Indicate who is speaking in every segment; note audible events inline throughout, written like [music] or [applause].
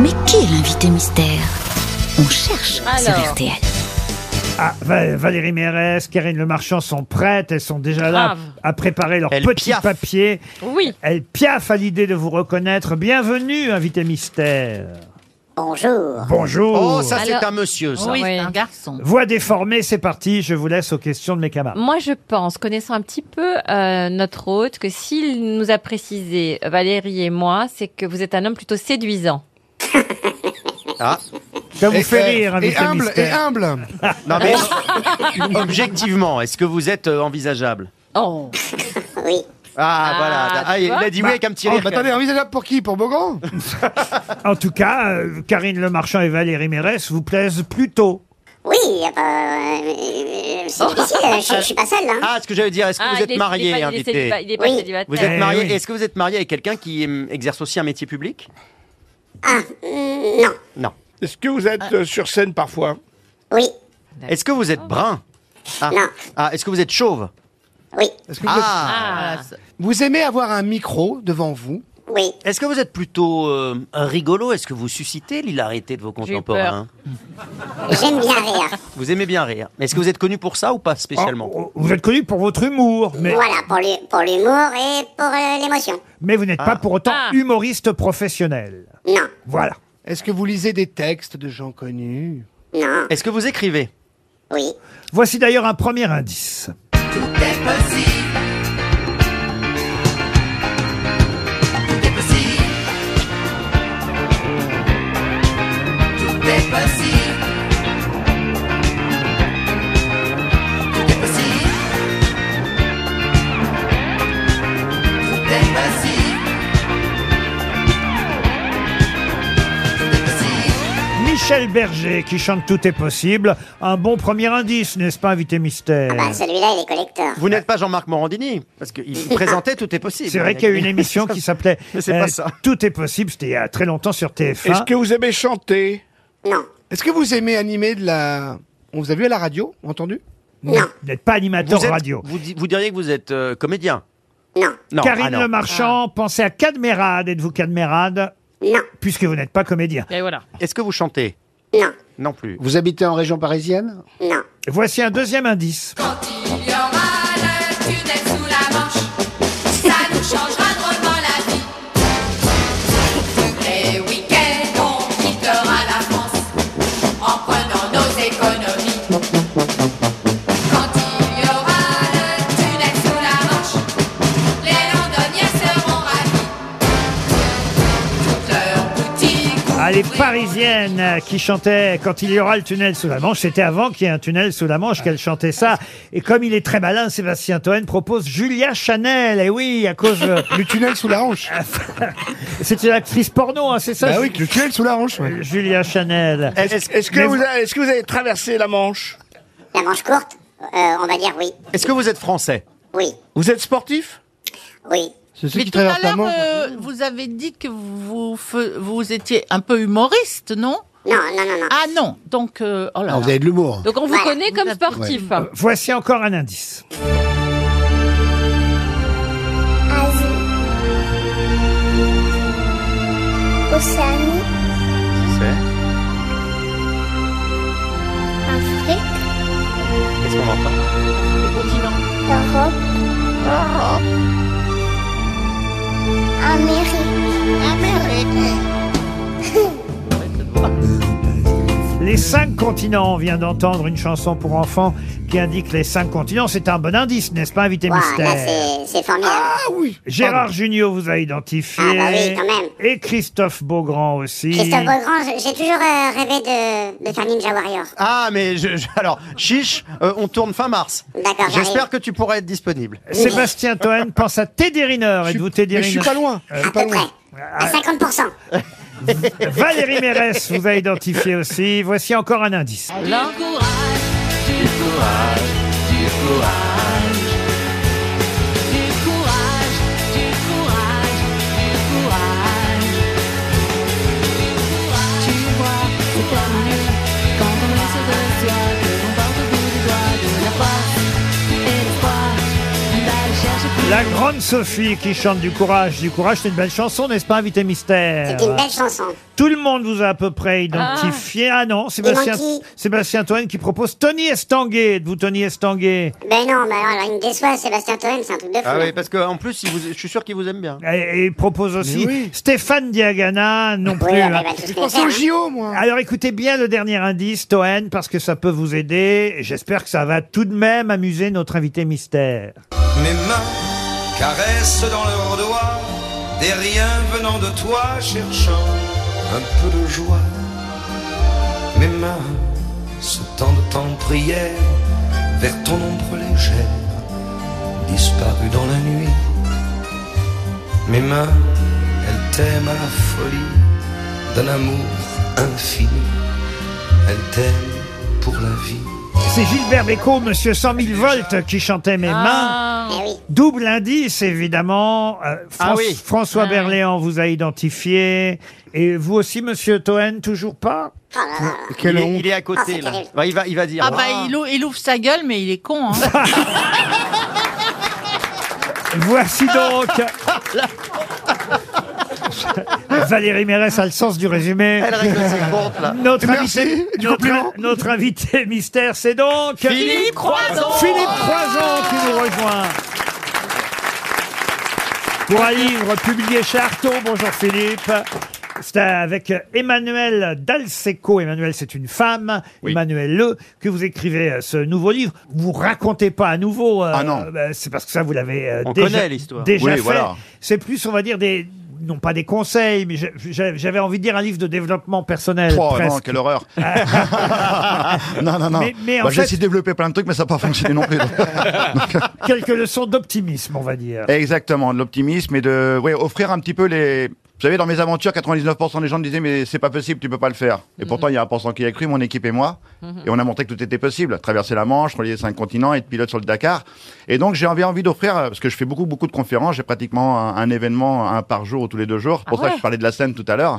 Speaker 1: Mais qui est l'invité mystère On cherche sur
Speaker 2: Alors.
Speaker 1: RTL.
Speaker 3: Ah, Va- Valérie Mérès, Karine Le Marchand sont prêtes, elles sont déjà là
Speaker 2: Grave.
Speaker 3: à préparer leur
Speaker 4: Elle
Speaker 3: petit
Speaker 4: piaffe.
Speaker 3: papier.
Speaker 2: Oui.
Speaker 3: Elle piaffe à l'idée de vous reconnaître. Bienvenue, invité mystère.
Speaker 5: Bonjour.
Speaker 3: Bonjour.
Speaker 4: Oh, ça c'est
Speaker 2: Alors-
Speaker 4: un monsieur, ça.
Speaker 2: Oui.
Speaker 6: garçon.
Speaker 3: Voix déformée, c'est parti. Je vous laisse aux questions de mes camarades.
Speaker 2: Moi, je pense, connaissant un petit peu euh, notre hôte, que s'il nous a précisé, Valérie et moi, c'est que vous êtes un homme plutôt séduisant.
Speaker 4: Ah.
Speaker 3: Ça vous
Speaker 7: Et-
Speaker 3: fait
Speaker 7: et-
Speaker 3: rire,
Speaker 7: Et
Speaker 3: invité
Speaker 7: humble, et
Speaker 3: mystère.
Speaker 7: humble.
Speaker 4: Non, mais [laughs] objectivement, est-ce que vous êtes euh, envisageable
Speaker 6: Oh.
Speaker 5: Oui.
Speaker 4: Ah,
Speaker 2: Ah,
Speaker 4: voilà. Ah,
Speaker 2: tu
Speaker 4: il
Speaker 2: vois
Speaker 4: a dit oui avec un petit
Speaker 7: Oh,
Speaker 4: rire.
Speaker 7: bah, attendez, envisageable pour qui Pour Beaugrand
Speaker 3: En tout cas, euh, Karine Le Marchand et Valérie Mérès vous plaisent plutôt. Oh,
Speaker 5: Oui, euh, euh, c'est difficile, je, suis- je suis pas seule, hein.
Speaker 4: Ah, ce que j'allais dire, est-ce que vous êtes marié,
Speaker 2: il est,
Speaker 4: invité
Speaker 2: célibat- il est pas
Speaker 5: Oui.
Speaker 2: célibataire.
Speaker 4: Vous
Speaker 3: Eh
Speaker 4: êtes marié
Speaker 3: oui.
Speaker 4: Est-ce que vous êtes marié avec quelqu'un qui hum, exerce aussi un métier public
Speaker 5: Ah, mm, non.
Speaker 4: Non.
Speaker 8: Est-ce que vous êtes euh, sur scène parfois
Speaker 5: Oui,
Speaker 4: Est-ce que vous êtes brun Ah.
Speaker 5: Non.
Speaker 4: Ah, est-ce que vous êtes chauve
Speaker 5: oui,
Speaker 7: Est-ce que vous,
Speaker 4: Ah.
Speaker 7: vous aimez avoir un micro devant vous
Speaker 5: oui.
Speaker 4: Est-ce que vous êtes plutôt euh, rigolo Est-ce que vous suscitez l'hilarité de vos
Speaker 2: J'ai eu
Speaker 4: contemporains
Speaker 5: J'aime bien rire.
Speaker 4: Vous aimez bien rire. Mais est-ce que vous êtes connu pour ça ou pas spécialement
Speaker 3: Oh, Vous êtes connu pour votre humour, mais,
Speaker 5: Voilà, pour l'hu- pour l'humour et pour euh, l'émotion.
Speaker 3: mais vous n'êtes pas pour autant
Speaker 2: Ah.
Speaker 3: humoriste professionnel.
Speaker 5: Non,
Speaker 3: Voilà.
Speaker 7: Est-ce que vous lisez des textes de gens connus
Speaker 5: non,
Speaker 4: Est-ce que vous écrivez
Speaker 5: oui.
Speaker 3: Voici d'ailleurs un premier indice. Michel Berger qui chante Tout est possible. Un bon premier indice, n'est-ce pas, invité mystère
Speaker 5: Bah, celui-là, il est collecteur.
Speaker 4: Vous n'êtes pas Jean-Marc Morandini Parce qu'il vous présentait Tout est possible.
Speaker 3: C'est vrai qu'il y a eu une émission qui s'appelait
Speaker 4: [laughs]
Speaker 3: euh,
Speaker 4: Mais c'est pas ça.
Speaker 3: Tout est possible, c'était il y a très longtemps sur
Speaker 8: Est-ce
Speaker 3: TF1.
Speaker 8: que vous aimez chanter
Speaker 5: Non,
Speaker 7: Est-ce que vous aimez animer de la... On vous a vu à la radio, entendu
Speaker 3: Vous n'êtes pas animateur
Speaker 4: Vous êtes-
Speaker 3: radio.
Speaker 4: Vous, di- vous diriez que vous êtes euh, comédien
Speaker 5: non,
Speaker 4: Non.
Speaker 3: Karine
Speaker 4: ah non.
Speaker 3: Le Marchand, pensez à Cadmerade. Êtes-vous Cadmerade
Speaker 5: non,
Speaker 3: Puisque vous n'êtes pas comédien.
Speaker 2: Et voilà.
Speaker 4: Est-ce que vous chantez
Speaker 5: non,
Speaker 4: Non plus.
Speaker 7: Vous habitez en région parisienne
Speaker 5: non.
Speaker 3: Voici un deuxième indice.
Speaker 9: Quand il y aura le tunnel sous la Manche, ça nous changera drôlement la vie. Tous les week-ends, on quittera la France en prenant nos économies. Quand il y aura le tunnel sous la Manche, les londoniens seront ravis. Toutes leurs boutiques
Speaker 3: Ah, les
Speaker 9: ouvriront.
Speaker 3: Parisiennes euh, qui chantaient quand il y aura le tunnel sous la Manche. C'était avant qu'il y ait un tunnel sous la Manche qu'elles chantaient ça. Et comme il est très malin, Sébastien Toen propose Julia Chanel. Et oui, à cause. euh,
Speaker 7: Le tunnel sous la hanche
Speaker 3: [laughs] C'est une actrice porno, hein, c'est ça
Speaker 7: Bah oui, le tunnel sous la hanche, ouais.
Speaker 3: Ju- Julia Chanel.
Speaker 8: Est-ce est-ce que,
Speaker 3: mais
Speaker 8: vous
Speaker 3: vous-
Speaker 8: avez- est-ce que vous avez traversé la Manche
Speaker 5: La manche courte, euh, on va dire oui,
Speaker 4: Est-ce que vous êtes français
Speaker 5: oui,
Speaker 8: Vous êtes sportif
Speaker 5: oui.
Speaker 7: C'est ceux
Speaker 6: Mais
Speaker 7: qui
Speaker 6: tout à
Speaker 7: traversent la
Speaker 6: l'heure,
Speaker 7: Manche.
Speaker 6: euh, vous avez dit que vous, fe- vous étiez un peu humoriste, non
Speaker 5: Non, non, non, non.
Speaker 6: Ah non, donc... euh, oh là
Speaker 7: Ah,
Speaker 6: là.
Speaker 7: vous avez de l'humour.
Speaker 2: Donc on vous
Speaker 5: Voilà.
Speaker 2: connaît comme
Speaker 6: Ouais.
Speaker 2: sportif.
Speaker 7: Ah.
Speaker 3: Voici encore un indice.
Speaker 9: Asie, Océanie,
Speaker 4: C'est.
Speaker 9: Afrique,
Speaker 4: Qu'est-ce qu'on entend
Speaker 9: Europe, Amérique, Amérique.
Speaker 3: Les cinq continents, on vient d'entendre une chanson pour enfants qui indique les cinq continents. C'est un bon indice, n'est-ce pas, invité
Speaker 5: Waouh, là,
Speaker 3: mystère
Speaker 5: c'est- c'est formidable.
Speaker 7: Ah oui
Speaker 3: Gérard Junior vous a
Speaker 5: Ah,
Speaker 3: identifié.
Speaker 5: bah oui, quand même.
Speaker 3: Et Christophe Beaugrand aussi.
Speaker 5: Christophe Beaugrand, j'ai- j'ai toujours euh, rêvé de, de faire Ninja Warrior.
Speaker 4: Ah, mais je, je- alors, chiche, euh, on tourne fin mars.
Speaker 5: D'accord, j'arrive.
Speaker 4: J'espère que tu pourras être disponible.
Speaker 3: Sébastien Toen pense à Teddy Riner.
Speaker 7: Je suis-
Speaker 3: Êtes-vous Teddy
Speaker 7: mais je suis
Speaker 3: Riner
Speaker 7: pas loin. Je suis
Speaker 5: À
Speaker 7: pas
Speaker 5: peu près.
Speaker 7: loin.
Speaker 5: À 50%.
Speaker 3: Valérie Mérès vous a identifié aussi. Voici encore un indice.
Speaker 6: Là,
Speaker 9: Cherche plus
Speaker 3: La grande Sophie qui chante du courage. Du courage, c'est une belle chanson, n'est-ce pas, invité mystère
Speaker 5: C'était une belle chanson.
Speaker 3: Tout le monde vous a à peu près identifié. Ah, non, Sébastien,
Speaker 5: manquis.
Speaker 3: Sébastien Toine qui propose Tony Estanguet. Êtes-vous Tony Estanguet
Speaker 5: Ben non, mais alors, alors, il me déçoit, Sébastien Toen, c'est un truc de fou. hein.
Speaker 4: Ah
Speaker 5: là.
Speaker 4: oui, parce qu'en plus, il vous- je suis sûr qu'il vous aime bien.
Speaker 3: et, et il propose aussi
Speaker 7: oui.
Speaker 3: Stéphane Diagana, non plus.
Speaker 5: Oui,
Speaker 3: hein.
Speaker 5: après, ben, tout ce
Speaker 7: Je
Speaker 5: qu'on
Speaker 7: pensais
Speaker 5: fait.
Speaker 7: au
Speaker 5: hein.
Speaker 7: JO, moi.
Speaker 3: Alors écoutez bien le dernier indice, Toen, parce que ça peut vous aider. J'espère que ça va tout de même amuser notre invité mystère.
Speaker 10: Mes mains caressent dans leurs doigts des riens venant de toi cherchant un peu de joie. Mes mains se tendent en prière vers ton ombre légère disparue dans la nuit. Mes mains, elles t'aiment à la folie d'un amour infini. Elles t'aiment pour la vie.
Speaker 3: C'est Gilbert Bécaud, Monsieur 100 000 volts, qui chantait Mes mains.
Speaker 2: Ah.
Speaker 5: Eh oui.
Speaker 3: Double indice, évidemment. Euh,
Speaker 4: Ah
Speaker 3: Franç-
Speaker 4: oui.
Speaker 3: François
Speaker 2: Ah oui.
Speaker 3: Berléand vous a identifié. Et vous aussi, Monsieur Toen, toujours pas
Speaker 5: Oh là là là.
Speaker 4: Il
Speaker 7: Quelle
Speaker 4: est,
Speaker 7: honte.
Speaker 4: il est à
Speaker 5: Ah,
Speaker 4: côté,
Speaker 5: c'est
Speaker 4: là.
Speaker 5: terrible.
Speaker 4: Bah, il, va, il va dire.
Speaker 11: Ah bah
Speaker 4: Ah.
Speaker 11: il, ou- il ouvre sa gueule mais il est con hein.
Speaker 3: Voici
Speaker 4: [laughs]
Speaker 3: donc. Valérie Mérès a le sens du résumé.
Speaker 4: Elle règle ses comptes,
Speaker 5: [laughs]
Speaker 4: là.
Speaker 3: Notre
Speaker 7: Merci
Speaker 3: invité,
Speaker 7: du compliment.
Speaker 3: notre, notre invité mystère, c'est donc
Speaker 4: Philippe Croizon
Speaker 3: Philippe Croizon qui nous rejoint. Pour un livre publié chez Artaud. Bonjour Philippe. C'est avec Emmanuel Dalseco. Emmanuel, c'est une femme. Emmanuel Le, que vous écrivez euh, ce nouveau livre. Vous racontez pas à nouveau. euh,
Speaker 10: Ah non.
Speaker 3: euh, C'est parce que ça, vous l'avez euh,
Speaker 4: On
Speaker 3: déjà,
Speaker 4: connaît l'histoire.
Speaker 3: déjà
Speaker 10: Oui,
Speaker 3: fait.
Speaker 10: voilà.
Speaker 3: C'est plus, on va dire, des, non pas des conseils, mais j'ai- j'ai- j'avais envie de dire un livre de développement personnel.
Speaker 10: Oh
Speaker 3: presque.
Speaker 10: non, quelle horreur [laughs] Non, non, non.
Speaker 3: Mais- mais en
Speaker 10: Bah, J'ai
Speaker 3: fait-
Speaker 10: essayé de développer plein de trucs, mais ça n'a pas fonctionné non plus.
Speaker 3: [laughs] Quelques leçons d'optimisme, on va dire.
Speaker 10: [laughs] Eh, Exactement, de l'optimisme et de ouais, offrir un petit peu les... Vous savez, dans mes aventures, 99% des gens me disaient mais c'est pas possible, tu peux pas le faire. Et pourtant, il y a un pourcent qui a cru, mon équipe et moi,
Speaker 11: Mhm.
Speaker 10: et on a montré que tout était possible. Traverser la Manche, relier cinq continents, être pilote sur le Dakar. Et donc, j'ai envie, envie d'offrir, euh, parce que je fais beaucoup, beaucoup de conférences, j'ai pratiquement un, un événement, un par jour ou tous les deux jours. C'est pour
Speaker 2: Ah
Speaker 10: ça
Speaker 2: ouais.
Speaker 10: que je parlais de la scène tout à l'heure.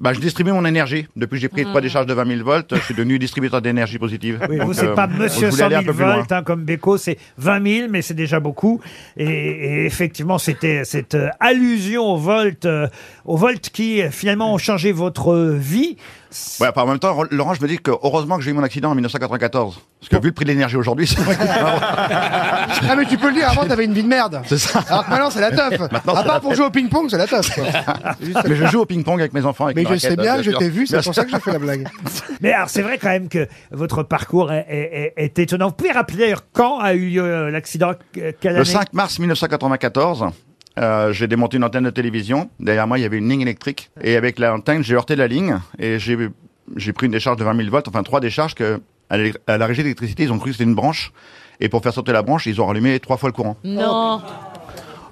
Speaker 10: Bah, je distribue mon énergie. Depuis que j'ai pris trois décharges de 20 000 volts, je suis devenu distributeur d'énergie positive.
Speaker 3: Oui, vous,
Speaker 10: Donc,
Speaker 3: c'est
Speaker 10: euh,
Speaker 3: pas
Speaker 10: je
Speaker 3: Monsieur
Speaker 10: voulais
Speaker 3: 100
Speaker 10: aller
Speaker 3: 000
Speaker 10: un peu plus loin.
Speaker 3: volts, hein, comme Beko, c'est 20 000, mais c'est déjà beaucoup. Et, et effectivement, c'était cette euh, allusion au volt, euh, au volt qui euh, finalement ont changé votre euh, vie.
Speaker 10: Ouais, enfin, en même temps, Laurent, je me dis que heureusement que j'ai eu mon accident en 1994. Parce que vu le prix de l'énergie aujourd'hui, [laughs] c'est vrai que
Speaker 7: Ah, mais tu peux le dire, avant, t'avais une vie de merde.
Speaker 10: c'est ça.
Speaker 7: Alors que maintenant, c'est la
Speaker 10: [laughs]
Speaker 7: teuf.
Speaker 10: Maintenant,
Speaker 7: à
Speaker 10: c'est la
Speaker 7: part pour
Speaker 10: teuf.
Speaker 7: jouer au ping-pong, c'est la teuf.
Speaker 10: [laughs]
Speaker 7: quoi.
Speaker 10: Mais je joue au ping-pong avec mes enfants. Avec
Speaker 7: Mais
Speaker 10: une
Speaker 7: je sais
Speaker 10: raquette,
Speaker 7: bien,
Speaker 10: euh,
Speaker 7: je
Speaker 10: sûr.
Speaker 7: t'ai vu, c'est pour ça que j'ai fait la blague.
Speaker 3: Mais alors, c'est vrai quand même que votre parcours est, est- est- est étonnant. Vous pouvez rappeler d'ailleurs quand a eu lieu euh, l'accident que- quelle
Speaker 10: Le
Speaker 3: année
Speaker 10: 5 mars 1994, euh, j'ai démonté une antenne de télévision. Derrière moi, il y avait une ligne électrique. Et avec l'antenne, j'ai heurté la ligne et j'ai j'ai pris une décharge de 20 000 volts, enfin trois décharges que à l'é- à la régie d'électricité, ils ont cru que c'était une branche. Et pour faire sauter la branche, ils ont rallumé trois fois le courant.
Speaker 9: Mm.
Speaker 2: Non.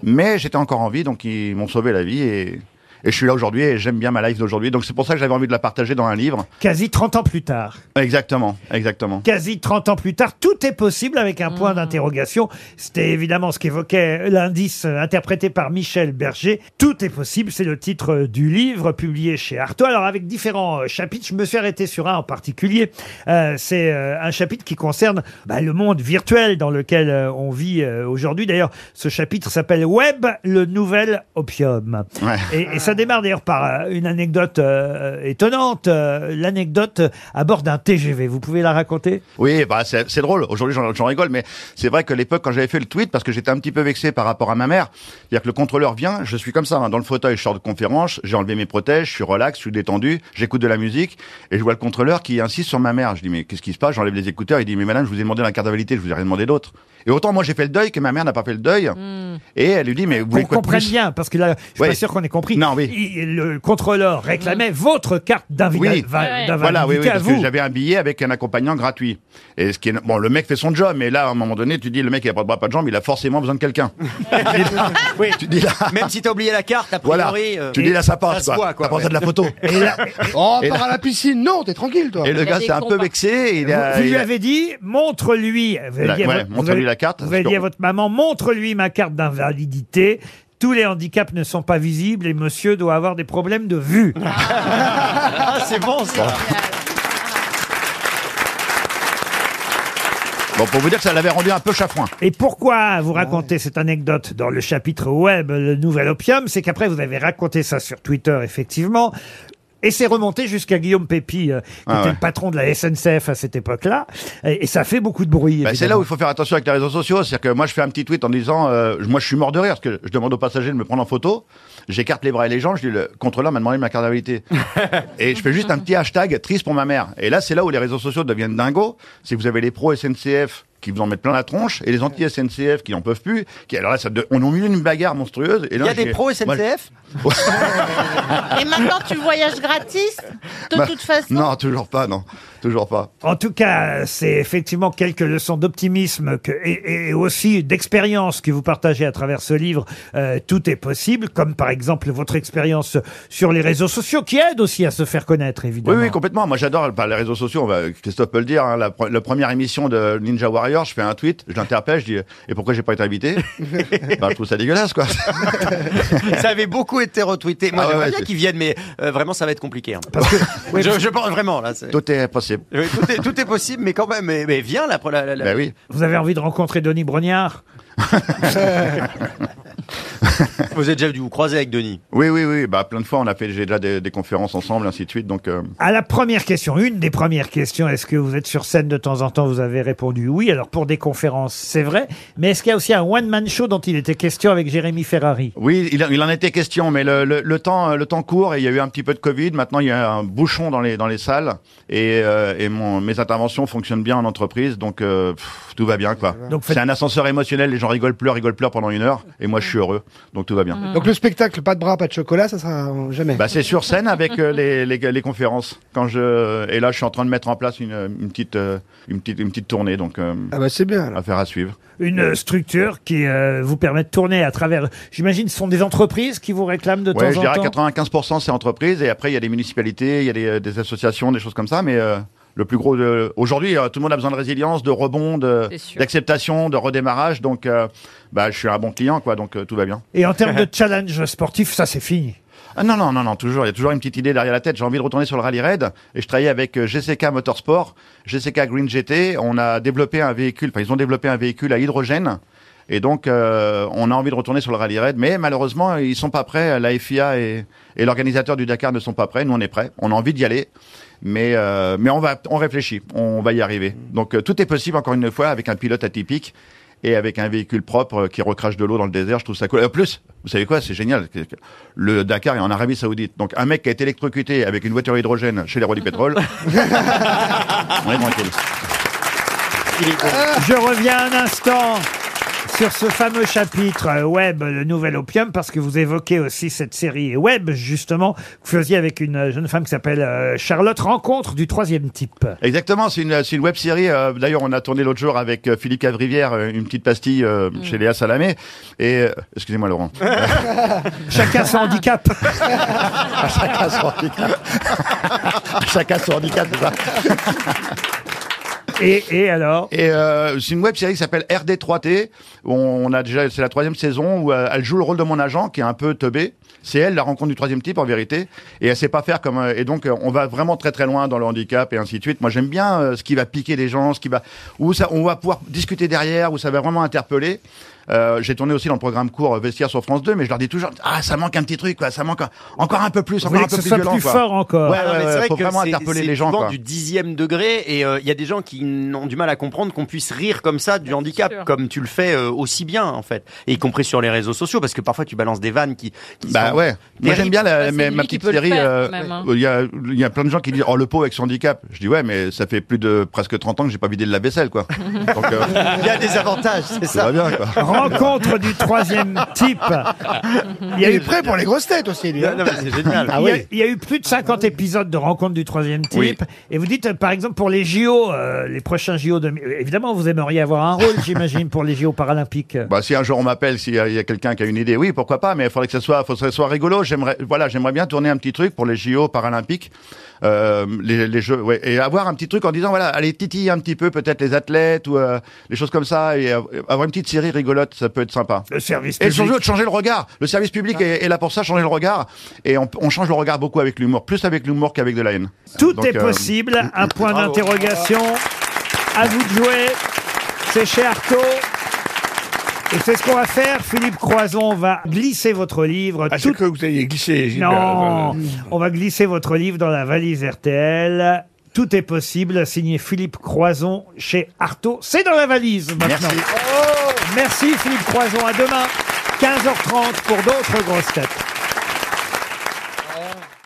Speaker 10: Mais j'étais encore en vie, donc ils m'ont sauvé la vie et, et je suis là aujourd'hui et j'aime bien ma life d'aujourd'hui. Donc c'est pour ça que j'avais envie de la partager dans un livre.
Speaker 3: Quasi 30 ans plus tard.
Speaker 10: Exactement, exactement.
Speaker 3: quasi 30 ans plus tard, tout est possible avec un point d'interrogation. C'était évidemment ce qu'évoquait l'indice euh, interprété par Michel Berger. Tout est possible, c'est le titre euh, du livre publié chez Artaud. Alors avec différents euh, chapitres, je me suis arrêté sur un en particulier. Euh, c'est euh, un chapitre qui concerne bah, le monde virtuel dans lequel euh, on vit euh, aujourd'hui. D'ailleurs, ce chapitre s'appelle Web, le nouvel opium.
Speaker 10: Ouais.
Speaker 3: Et, et ça démarre d'ailleurs par euh, une anecdote euh, étonnante, euh, l'anecdote à bord d'un TGV. Vous pouvez la raconter
Speaker 10: Oui, bah c'est c'est drôle. Aujourd'hui, j'en j'en rigole, mais c'est vrai que l'époque, quand j'avais fait le tweet, parce que j'étais un petit peu vexé par rapport à ma mère, c'est-à-dire que le contrôleur vient, je suis comme ça, hein, dans le fauteuil, je sors de conférence, j'ai enlevé mes protèges, je suis relax, je suis détendu, j'écoute de la musique, et je vois le contrôleur qui insiste sur ma mère. Je dis, mais qu'est-ce qui se passe J'enlève les écouteurs, il dit, mais madame, je vous ai demandé la carte de validité, je vous ai rien demandé d'autre. Et autant moi, j'ai fait le deuil que ma mère n'a pas fait le deuil, et elle lui dit, mais vous voulez
Speaker 3: Qu'on
Speaker 10: quoi de
Speaker 3: comprenne
Speaker 10: plus
Speaker 3: bien, parce que là, je suis
Speaker 10: Oui.
Speaker 3: pas sûr qu'on ait compris.
Speaker 10: Non, oui.
Speaker 3: Il- le contrôleur réclamait votre carte d'invita-
Speaker 10: Oui.
Speaker 3: va-
Speaker 2: Ouais.
Speaker 3: d'invalidité
Speaker 10: Voilà, oui, oui,
Speaker 3: à
Speaker 10: parce que
Speaker 3: vous.
Speaker 10: j'avais un billet avec un accompagnant gratuit. Et ce qui est, bon, le mec fait son job, mais là, à un moment donné, tu dis, le mec, il a pas de bras, pas de jambes, il a forcément besoin de quelqu'un. Tu dis là- Tu dis là,
Speaker 4: Même si t'as oublié la carte, a
Speaker 10: voilà.
Speaker 4: priori... euh,
Speaker 10: Tu dis là, ça passe,
Speaker 4: ça se voit,
Speaker 10: quoi.
Speaker 4: quoi,
Speaker 10: T'as pensé
Speaker 4: ouais.
Speaker 10: à de la photo.
Speaker 3: Et là,
Speaker 7: Oh,
Speaker 10: [laughs] Et
Speaker 7: part
Speaker 10: là-
Speaker 7: à la piscine, non, t'es tranquille, toi.
Speaker 10: Et
Speaker 2: Il
Speaker 10: le
Speaker 2: y a
Speaker 10: gars,
Speaker 2: des
Speaker 10: c'est un peu
Speaker 2: combats.
Speaker 10: vexé. Il
Speaker 3: vous,
Speaker 10: a,
Speaker 3: vous lui
Speaker 10: il a-
Speaker 3: avez dit, montre-lui. Vous avez
Speaker 10: La-
Speaker 3: dit à
Speaker 10: ouais,
Speaker 3: votre- vous
Speaker 10: montre-lui
Speaker 3: avez-
Speaker 10: la carte,
Speaker 3: Vous avez
Speaker 10: parce
Speaker 3: dit à
Speaker 10: qu'on-
Speaker 3: votre maman, montre-lui ma carte d'invalidité. Tous les handicaps ne sont pas visibles et monsieur doit avoir des problèmes de vue.
Speaker 4: Ah, c'est bon, ça
Speaker 10: Bon, pour vous dire que ça l'avait rendu un peu chafouin.
Speaker 3: Et pourquoi vous racontez cette anecdote dans le chapitre web, le Nouvel Opium C'est qu'après, vous avez raconté ça sur Twitter, effectivement. Et c'est remonté jusqu'à Guillaume Pépi, euh, qui
Speaker 10: Ah
Speaker 3: était
Speaker 10: ouais.
Speaker 3: le patron de la SNCF à cette époque-là. Et, et ça fait beaucoup de bruit.
Speaker 10: Bah, c'est
Speaker 3: évidemment.
Speaker 10: là où il faut faire attention avec les réseaux sociaux. C'est-à-dire que moi, je fais un petit tweet en disant euh, Moi, je suis mort de rire parce que je demande aux passagers de me prendre en photo. J'écarte les bras et les jambes. Je dis Le contrôleur m'a demandé ma carte
Speaker 4: [laughs]
Speaker 10: d'identité. et je fais juste un petit hashtag triste pour ma mère. Et là, c'est là où les réseaux sociaux deviennent dingos. C'est que vous avez les pros SNCF qui vous en mettent plein la tronche et les anti-SNCF qui n'en peuvent plus. Qui, alors là, ça de- on a eu une bagarre monstrueuse. Il
Speaker 4: y a des pros SNCF
Speaker 6: Et maintenant, tu voyages gratis De
Speaker 10: Bah,
Speaker 6: toute façon.
Speaker 10: Non, toujours pas, non. Toujours pas.
Speaker 3: En tout cas, c'est effectivement quelques leçons d'optimisme que- et, et aussi d'expérience que vous partagez à travers ce livre. Euh, tout est possible, comme par exemple votre expérience sur les réseaux sociaux qui aide aussi à se faire connaître,
Speaker 10: Oui,
Speaker 3: évidemment.
Speaker 10: oui, complètement. Moi, j'adore bah, les réseaux sociaux. on va- Christophe peut le dire. hein, la, pre- la première émission de Ninja Warrior, je fais un tweet, je l'interpelle, je dis Et pourquoi j'ai pas été invité Bah, Je trouve ça dégueulasse, quoi.
Speaker 4: [laughs] Ça avait beaucoup été retweeté. Moi,
Speaker 10: Ah ouais,
Speaker 4: j'aimerais
Speaker 10: ouais,
Speaker 4: bien
Speaker 10: c'est-
Speaker 4: qu'ils viennent, mais euh, vraiment, ça va être compliqué. hein. [laughs] je, je pense vraiment, là. c'est-
Speaker 10: Tout est possible.
Speaker 4: Oui, Tout est, tout est possible, mais quand même, mais, mais viens là. pour la, la- la-
Speaker 10: Ben oui.
Speaker 3: Vous avez envie de rencontrer Denis Brognard
Speaker 4: Vous avez déjà dû vous croiser avec Denis.
Speaker 10: Oui, oui, oui. Bah, plein de fois, on a fait j'ai déjà des, des conférences ensemble, ainsi de suite. Donc, euh,
Speaker 3: À la première question, une des premières questions, est-ce que vous êtes sur scène de temps en temps Vous avez répondu oui. Alors pour des conférences, c'est vrai. Mais est-ce qu'il y a aussi un one-man show dont il était question avec Jérémy Ferrari
Speaker 10: oui, il, en- il en était question, mais le, le- le temps, euh, le temps court et il y a eu un petit peu de Covid. Maintenant, il y a un bouchon dans les, dans les salles et, euh, et mon- mes interventions fonctionnent bien en entreprise, donc euh, pff, tout va bien, quoi.
Speaker 3: Donc, faites-
Speaker 10: C'est un ascenseur émotionnel. Les gens rigolent, pleurent, rigolent, pleurent pendant une heure, et moi, je suis heureux, donc tout va bien.
Speaker 3: Mm.
Speaker 7: Donc le spectacle, pas de bras, pas de chocolat, ça sera jamais.
Speaker 10: Bah, c'est sur scène avec euh, les, les, les conférences. Quand je et là, je suis en train de mettre en place une, une petite euh, une petite une petite tournée, donc euh,
Speaker 7: Ah bah c'est bien. alors.
Speaker 10: affaire à suivre.
Speaker 3: Une structure qui euh, vous permet de tourner à travers... J'imagine ce sont des entreprises qui vous réclament de
Speaker 10: Ouais, je
Speaker 3: temps en
Speaker 10: dirais
Speaker 3: temps
Speaker 10: 95% c'est entreprise et après il y a des municipalités, il y a des, des associations, des choses comme ça, mais euh, le plus gros de... aujourd'hui, euh, tout le monde a besoin de résilience, de rebond, de-
Speaker 2: C'est sûr.
Speaker 10: d'acceptation, de redémarrage. Donc, euh, bah, je suis un bon client, quoi. Donc euh, tout va bien.
Speaker 3: Et en
Speaker 10: [laughs]
Speaker 3: termes de challenge sportif, ça c'est fini.
Speaker 10: Ah non, non, non, non, toujours. Il y a toujours une petite idée derrière la tête. J'ai envie de retourner sur le rallye raid. Et je travaillais avec euh, GCK Motorsport, GCK Green GT. On a développé un véhicule, enfin, ils ont développé un véhicule à hydrogène. Et donc, euh, on a envie de retourner sur le rallye raid. Mais malheureusement, ils sont pas prêts. La FIA et, et l'organisateur du Dakar ne sont pas prêts. Nous, on est prêts. On a envie d'y aller. Mais, euh, mais on, va, on réfléchit. On va y arriver. Donc, euh, tout est possible, encore une fois, avec un pilote atypique. Et avec un véhicule propre euh, qui recrache de l'eau dans le désert, je trouve ça cool. Et En plus, vous savez quoi, c'est génial le Dakar est en Arabie Saoudite. Donc un mec qui a été électrocuté avec une voiture à hydrogène chez les rois du pétrole. On est tranquille.
Speaker 3: Je reviens un instant sur ce fameux chapitre euh, web, le nouvel opium, parce que vous évoquez aussi cette série web, justement, que vous faisiez avec une jeune femme qui s'appelle euh, Charlotte, rencontre du troisième type.
Speaker 10: Exactement, c'est une, c'est une web série. euh, D'ailleurs, on a tourné l'autre jour avec euh, Philippe Cavrivière euh, une petite pastille euh, chez Léa Salamé. Et euh, excusez-moi, Laurent.
Speaker 3: Chacun
Speaker 10: [laughs]
Speaker 3: son handicap.
Speaker 10: Chacun Ah, son handicap. Chacun son handicap, c'est ça.
Speaker 3: Et, et alors
Speaker 10: Et euh, c'est une web série qui s'appelle RD3T. On, on a déjà, c'est la troisième saison où euh, elle joue le rôle de mon agent qui est un peu teubé. C'est elle la rencontre du troisième type en vérité, et elle sait pas faire comme. euh, Et donc euh, on va vraiment très très loin dans le handicap et ainsi de suite. Moi j'aime bien euh, ce qui va piquer les gens, ce qui va où ça, on va pouvoir discuter derrière, où ça va vraiment interpeller. Euh, J'ai tourné aussi dans le programme court euh, Vestiaire sur France 2, mais je leur dis toujours ah ça manque un petit truc quoi, ça manque un- encore un peu plus,
Speaker 3: Vous
Speaker 10: encore
Speaker 3: voulez
Speaker 10: un
Speaker 3: que
Speaker 10: peu
Speaker 3: ce
Speaker 10: plus
Speaker 3: soit
Speaker 10: violent
Speaker 3: plus
Speaker 10: quoi.
Speaker 3: fort encore
Speaker 10: Ouais, ouais,
Speaker 4: Ah non, mais
Speaker 10: ouais,
Speaker 4: c'est vrai
Speaker 10: faut
Speaker 4: que
Speaker 10: vraiment
Speaker 4: c'est-
Speaker 10: interpeller
Speaker 4: c'est
Speaker 10: les gens.
Speaker 4: souvent
Speaker 10: Quoi.
Speaker 4: du dixième degré et euh, il y a des gens qui n'ont du mal à comprendre qu'on puisse rire comme ça du handicap,
Speaker 2: sûr.
Speaker 4: comme tu le fais euh, aussi bien en fait, et y compris sur les réseaux sociaux parce que parfois tu balances des vannes qui, qui
Speaker 10: Bah
Speaker 4: sont-
Speaker 10: ouais. Moi
Speaker 4: terrible.
Speaker 10: j'aime bien la-
Speaker 2: Bah, c'est
Speaker 10: ma,
Speaker 2: lui
Speaker 10: ma
Speaker 2: qui
Speaker 10: petite
Speaker 2: peut le
Speaker 10: série.
Speaker 2: faire,
Speaker 10: euh,
Speaker 2: même, hein.
Speaker 10: Il y, a, il y a plein de gens qui disent oh le pauvre avec son handicap. Je dis ouais mais ça fait plus de presque 30 ans que j'ai pas vidé de la
Speaker 2: [laughs]
Speaker 10: vaisselle quoi. Donc euh,
Speaker 4: Il y a des avantages, c'est
Speaker 10: ça va
Speaker 4: ça.
Speaker 10: bien quoi.
Speaker 3: Rencontre du troisième
Speaker 10: [laughs]
Speaker 3: type. Il y
Speaker 7: Il
Speaker 3: a
Speaker 7: est
Speaker 3: eu
Speaker 7: prêt pour les grosses têtes aussi, lui. hein.
Speaker 4: Non, non, mais c'est génial.
Speaker 10: Ah
Speaker 3: il, y a, il y a eu plus de 50 épisodes de Rencontre du troisième type.
Speaker 4: Ah Oui.
Speaker 3: Et vous dites, euh, par exemple, pour les JO, euh, les prochains JO, de... évidemment, vous aimeriez avoir un rôle, j'imagine, pour les JO paralympiques. euh,
Speaker 10: Bah si un jour on m'appelle s'il y a, il y a quelqu'un qui a une idée oui pourquoi pas mais il faudrait que ça soit faut que ça soit rigolo. J'aimerais voilà j'aimerais bien tourner un petit truc pour les JO paralympiques. Euh, les, les jeux ouais, et avoir un petit truc en disant voilà allez titiller un petit peu peut-être les athlètes ou euh, les choses comme ça et euh, avoir une petite série rigolote ça peut être sympa.
Speaker 3: Le service
Speaker 10: Et
Speaker 3: public. Ah.
Speaker 10: surtout de changer le regard. Le service public est, est là pour ça, changer le regard. Et on, on change le regard beaucoup avec l'humour, plus avec l'humour qu'avec de la haine.
Speaker 3: Tout
Speaker 10: Donc,
Speaker 3: est
Speaker 10: euh,
Speaker 3: possible. Un point
Speaker 4: bravo.
Speaker 3: d'interrogation. À vous de jouer. C'est chez Artaud. Et c'est ce qu'on va faire, Philippe Croison. On va glisser votre livre. Ah, que
Speaker 8: vous alliez glisser. j'ai-
Speaker 3: Non,
Speaker 8: euh,
Speaker 3: on va glisser votre livre dans la valise RTL. Tout est possible, signé Philippe Croison chez Artaud. C'est dans la valise maintenant.
Speaker 10: Merci.
Speaker 3: Oh, merci Philippe Croison. À demain, 15h30 pour d'autres grosses têtes.